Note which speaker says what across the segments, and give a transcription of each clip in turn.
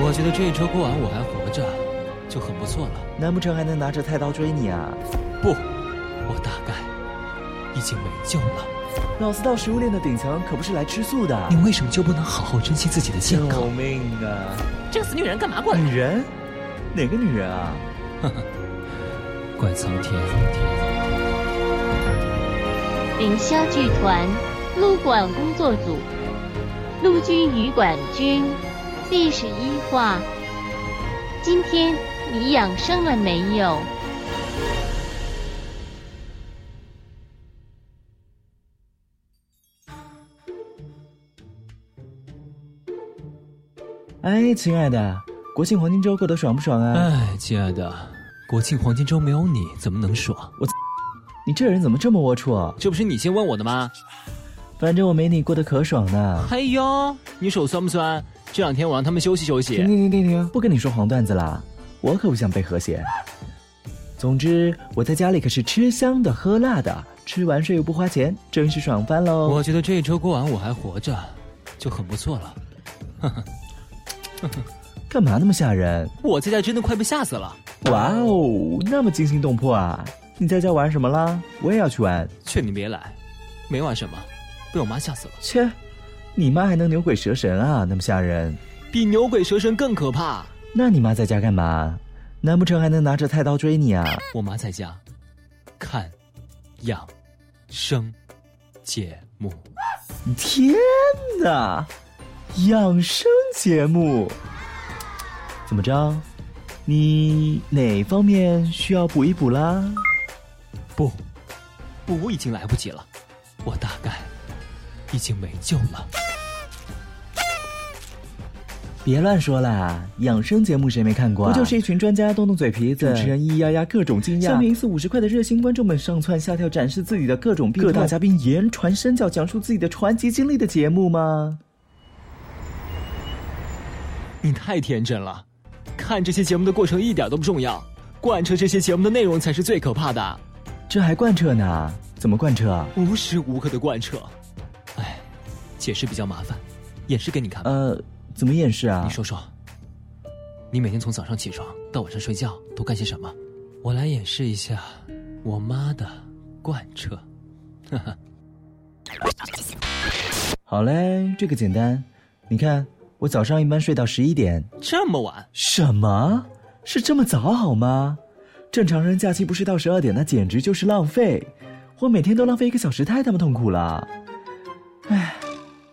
Speaker 1: 我觉得这一周过完我还活着，就很不错了。
Speaker 2: 难不成还能拿着菜刀追你啊？
Speaker 1: 不，我大概已经没救了。
Speaker 2: 老子到食物链的顶层可不是来吃素的
Speaker 1: 你。为什么就不能好好珍惜自己的健康
Speaker 2: 救？命啊！
Speaker 3: 这个死女人干嘛过来？
Speaker 2: 女人？哪个女人啊？
Speaker 1: 怪苍天！
Speaker 4: 凌霄剧团陆馆工作组，陆军与馆军第十一话。今天你养生了没有？
Speaker 2: 哎，亲爱的，国庆黄金周过得爽不爽啊？
Speaker 1: 哎，亲爱的，国庆黄金周没有你怎么能爽？
Speaker 2: 你这人怎么这么龌龊？
Speaker 1: 这不是你先问我的吗？
Speaker 2: 反正我没你过得可爽呢。
Speaker 1: 哎呦，你手酸不酸？这两天我让他们休息休息
Speaker 2: 停。停停停停！不跟你说黄段子啦，我可不想被和谐。总之，我在家里可是吃香的喝辣的，吃完睡又不花钱，真是爽翻喽！
Speaker 1: 我觉得这一周过完我还活着，就很不错了。
Speaker 2: 干嘛那么吓人？
Speaker 1: 我在家真的快被吓死了，
Speaker 2: 哇哦，那么惊心动魄啊！你在家玩什么啦？我也要去玩。
Speaker 1: 劝你别来，没玩什么，被我妈吓死了，
Speaker 2: 切，你妈还能牛鬼蛇神啊，那么吓人。
Speaker 1: 比牛鬼蛇神更可怕。
Speaker 2: 那你妈在家干嘛？难不成还能拿着菜刀追你啊？
Speaker 1: 我妈在家看养生节目，
Speaker 2: 天哪，养生节目，怎么着？你哪方面需要补一补啦？
Speaker 1: 不，补已经来不及了，我大概已经没救了。
Speaker 2: 别乱说啦，养生节目谁没看过、啊？不就是一群专家动动嘴皮子，主持人咿咿呀呀各种惊讶，像平时五十块的热心观众们上蹿下跳，展示自己的各种病各大嘉宾言传身教，讲述自己的传奇经历的节目吗？
Speaker 1: 你太天真了，看这些节目的过程一点都不重要，贯彻这些节目的内容才是最可怕的，
Speaker 2: 这还贯彻呢？怎么贯彻啊？
Speaker 1: 无时无刻的贯彻。哎，解释比较麻烦，演示给你看吧。
Speaker 2: 呃，怎么掩饰啊？
Speaker 1: 你说说，你每天从早上起床到晚上睡觉都干些什么？我来演示一下我妈的贯彻。
Speaker 2: 好嘞，这个简单。你看，我早上一般睡到十一点。
Speaker 1: 这么晚，
Speaker 2: 什么？是这么早好吗？正常人假期不睡到十二点，那简直就是浪费。我每天都浪费一个小时，太他妈痛苦了。唉，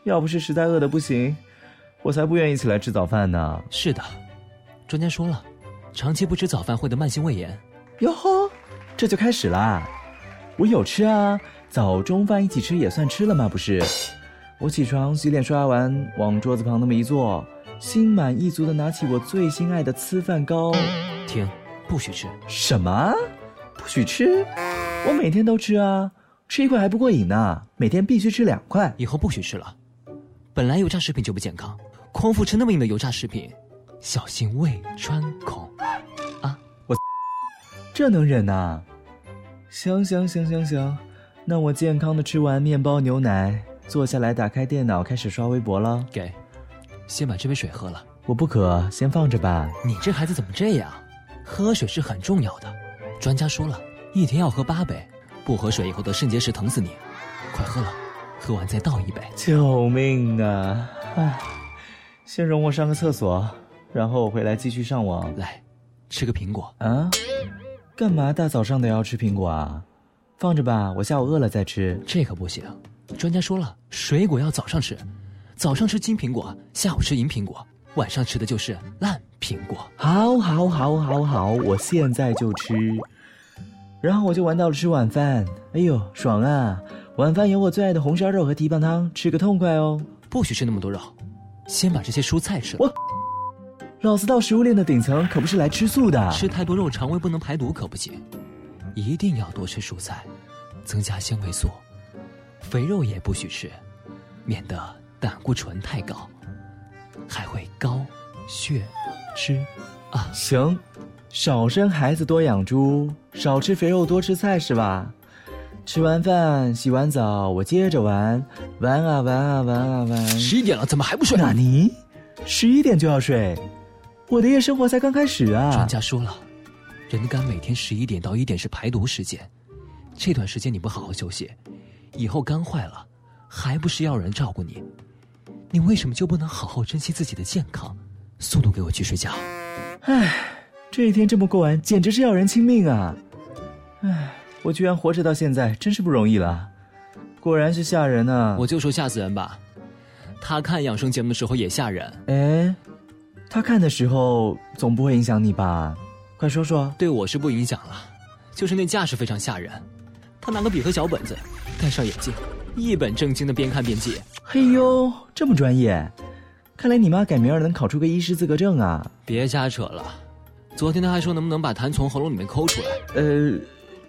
Speaker 2: 要不是实在饿得不行，我才不愿意起来吃早饭呢。
Speaker 1: 是的，专家说了，长期不吃早饭会得慢性胃炎。
Speaker 2: 哟吼，这就开始啦！我有吃啊，早中饭一起吃也算吃了吗？不是，我起床洗脸刷牙完，往桌子旁那么一坐，心满意足的拿起我最心爱的粢饭糕。
Speaker 1: 停，不许吃。
Speaker 2: 什么？不许吃？我每天都吃啊，吃一块还不过瘾呢，每天必须吃两块。
Speaker 1: 以后不许吃了。本来油炸食品就不健康，空腹吃那么硬的油炸食品，小心胃穿孔。
Speaker 2: 这能忍呐、啊行行行行行，那我健康的吃完面包牛奶，坐下来打开电脑开始刷微博了。
Speaker 1: 给，先把这杯水喝了。
Speaker 2: 我不渴，先放着吧。
Speaker 1: 你这孩子怎么这样？喝水是很重要的，专家说了，一天要喝八杯，不喝水以后得肾结石，疼死你。快喝了，喝完再倒一杯。
Speaker 2: 救命啊！唉，先容我上个厕所，然后我回来继续上网。
Speaker 1: 来，吃个苹果。
Speaker 2: 啊？干嘛大早上的要吃苹果啊？放着吧，我下午饿了再吃。
Speaker 1: 这可不行，专家说了，水果要早上吃，早上吃金苹果，下午吃银苹果，晚上吃的就是烂苹果。
Speaker 2: 好，好，好，好，好，我现在就吃。然后我就玩到了吃晚饭，哎呦，爽啊！晚饭有我最爱的红烧肉和蹄膀汤，吃个痛快哦。
Speaker 1: 不许吃那么多肉，先把这些蔬菜吃了。
Speaker 2: 我老子到食物链的顶层可不是来吃素的。
Speaker 1: 吃太多肉，肠胃不能排毒可不行，一定要多吃蔬菜，增加纤维素。肥肉也不许吃，免得胆固醇太高，还会高血脂啊！
Speaker 2: 行，少生孩子多养猪，少吃肥肉多吃菜是吧？吃完饭洗完澡，我接着玩，玩啊玩啊玩啊玩。
Speaker 1: 十一点了，怎么还不睡？
Speaker 2: 纳尼？十一点就要睡？我的夜生活才刚开始啊
Speaker 1: 专！家说了，人肝每天十一点到一点是排毒时间，这段时间你不好好休息，以后肝坏了，还不是要人照顾你？你为什么就不能好好珍惜自己的健康？速度给我去睡觉！
Speaker 2: 这一天这么过完，简直是要人亲命啊！唉，我居然活着到现在，真是不容易了。果然是吓人啊呐、
Speaker 1: 我就说吓死人吧，他看养生节目的时候也吓人。
Speaker 2: 哎，他看的时候总不会影响你吧？快说说。
Speaker 1: 对我是不影响了，就是那架势非常吓人。他拿个笔和小本子，戴上眼镜，一本正经的边看边记。
Speaker 2: 嘿呦，这么专业，看来你妈改名儿能考出个医师资格证啊。
Speaker 1: 别瞎扯了，昨天他还说能不能把痰从喉咙里面抠出来。
Speaker 2: 呃，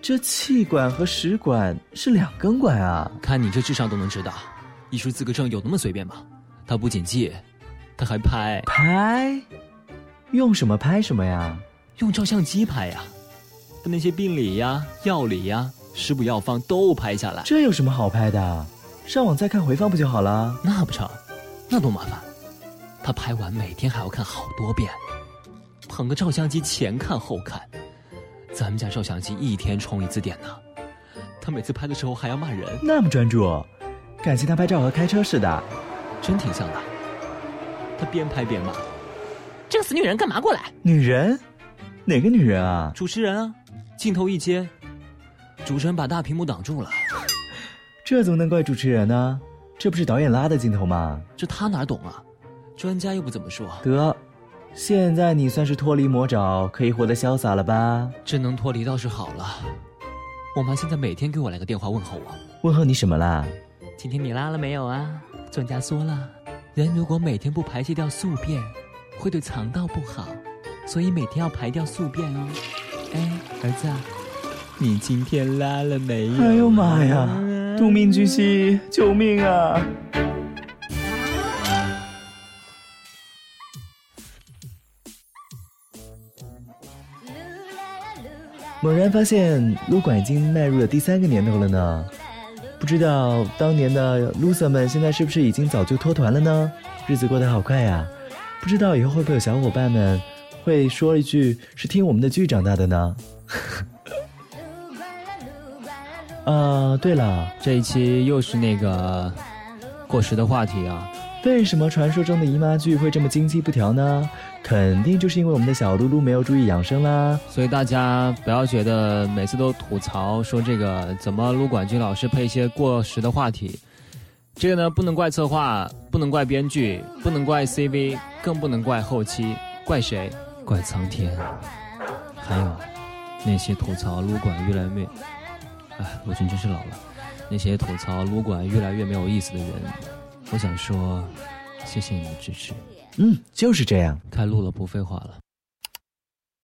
Speaker 2: 这气管和食管是两根管啊。
Speaker 1: 看你这智商都能知道，医师资格证有那么随便吗？他不仅记，他还拍，
Speaker 2: 拍，用什么拍什么呀？
Speaker 1: 用照相机拍呀，把那些病理呀、药理呀、食补药方都拍下来。
Speaker 2: 这有什么好拍的？上网再看回放不就好了？
Speaker 1: 那不成，那多麻烦。他拍完每天还要看好多遍，捧个照相机前看后看。咱们家照相机一天充一次电呢。他每次拍的时候还要骂人，
Speaker 2: 那么专注，感情他拍照和开车似的。
Speaker 1: 真挺像的。他边拍边骂：“这个死女人干嘛过来？
Speaker 2: 女人，哪个女人啊？
Speaker 1: 主持人啊！”镜头一接，主持人把大屏幕挡住了。
Speaker 2: 这怎么能怪主持人呢？这不是导演拉的镜头吗？
Speaker 1: 这他哪懂啊？专家又不怎么说，
Speaker 2: 得，现在你算是脱离魔爪，可以活得潇洒了吧？
Speaker 1: 真能脱离倒是好了。我妈现在每天给我来个电话问候我。
Speaker 2: 问候你什么啦？
Speaker 1: 今天你拉了没有啊？专家说了，人如果每天不排泄掉宿便，会对肠道不好，所以每天要排掉宿便哦。哎，儿子啊，你今天拉了没有啊？
Speaker 2: 哎呦妈呀！夺命居息，救命啊！猛然发现，撸管已经迈入了第三个年头了呢。不知道当年的 loser 们现在是不是已经早就脱团了呢？日子过得好快呀、啊不知道以后会不会有小伙伴们会说一句是听我们的剧长大的呢？啊，对了，
Speaker 3: 这一期又是那个过时的话题啊！
Speaker 2: 为什么传说中的姨妈剧会这么经期不调呢？肯定就是因为我们的小露露没有注意养生啦。
Speaker 3: 所以大家不要觉得每次都吐槽说这个怎么陆管军老师配一些过时的话题，这个呢不能怪策划，不能怪编剧，不能怪 CV，更不能怪后期，怪谁？怪苍天。还有那些吐槽撸管越来越……哎，陆军真是老了。那些吐槽撸管越来越没有意思的人，我想说，谢谢你的支持。
Speaker 2: 嗯，就是这样。
Speaker 3: 开录了，不废话了。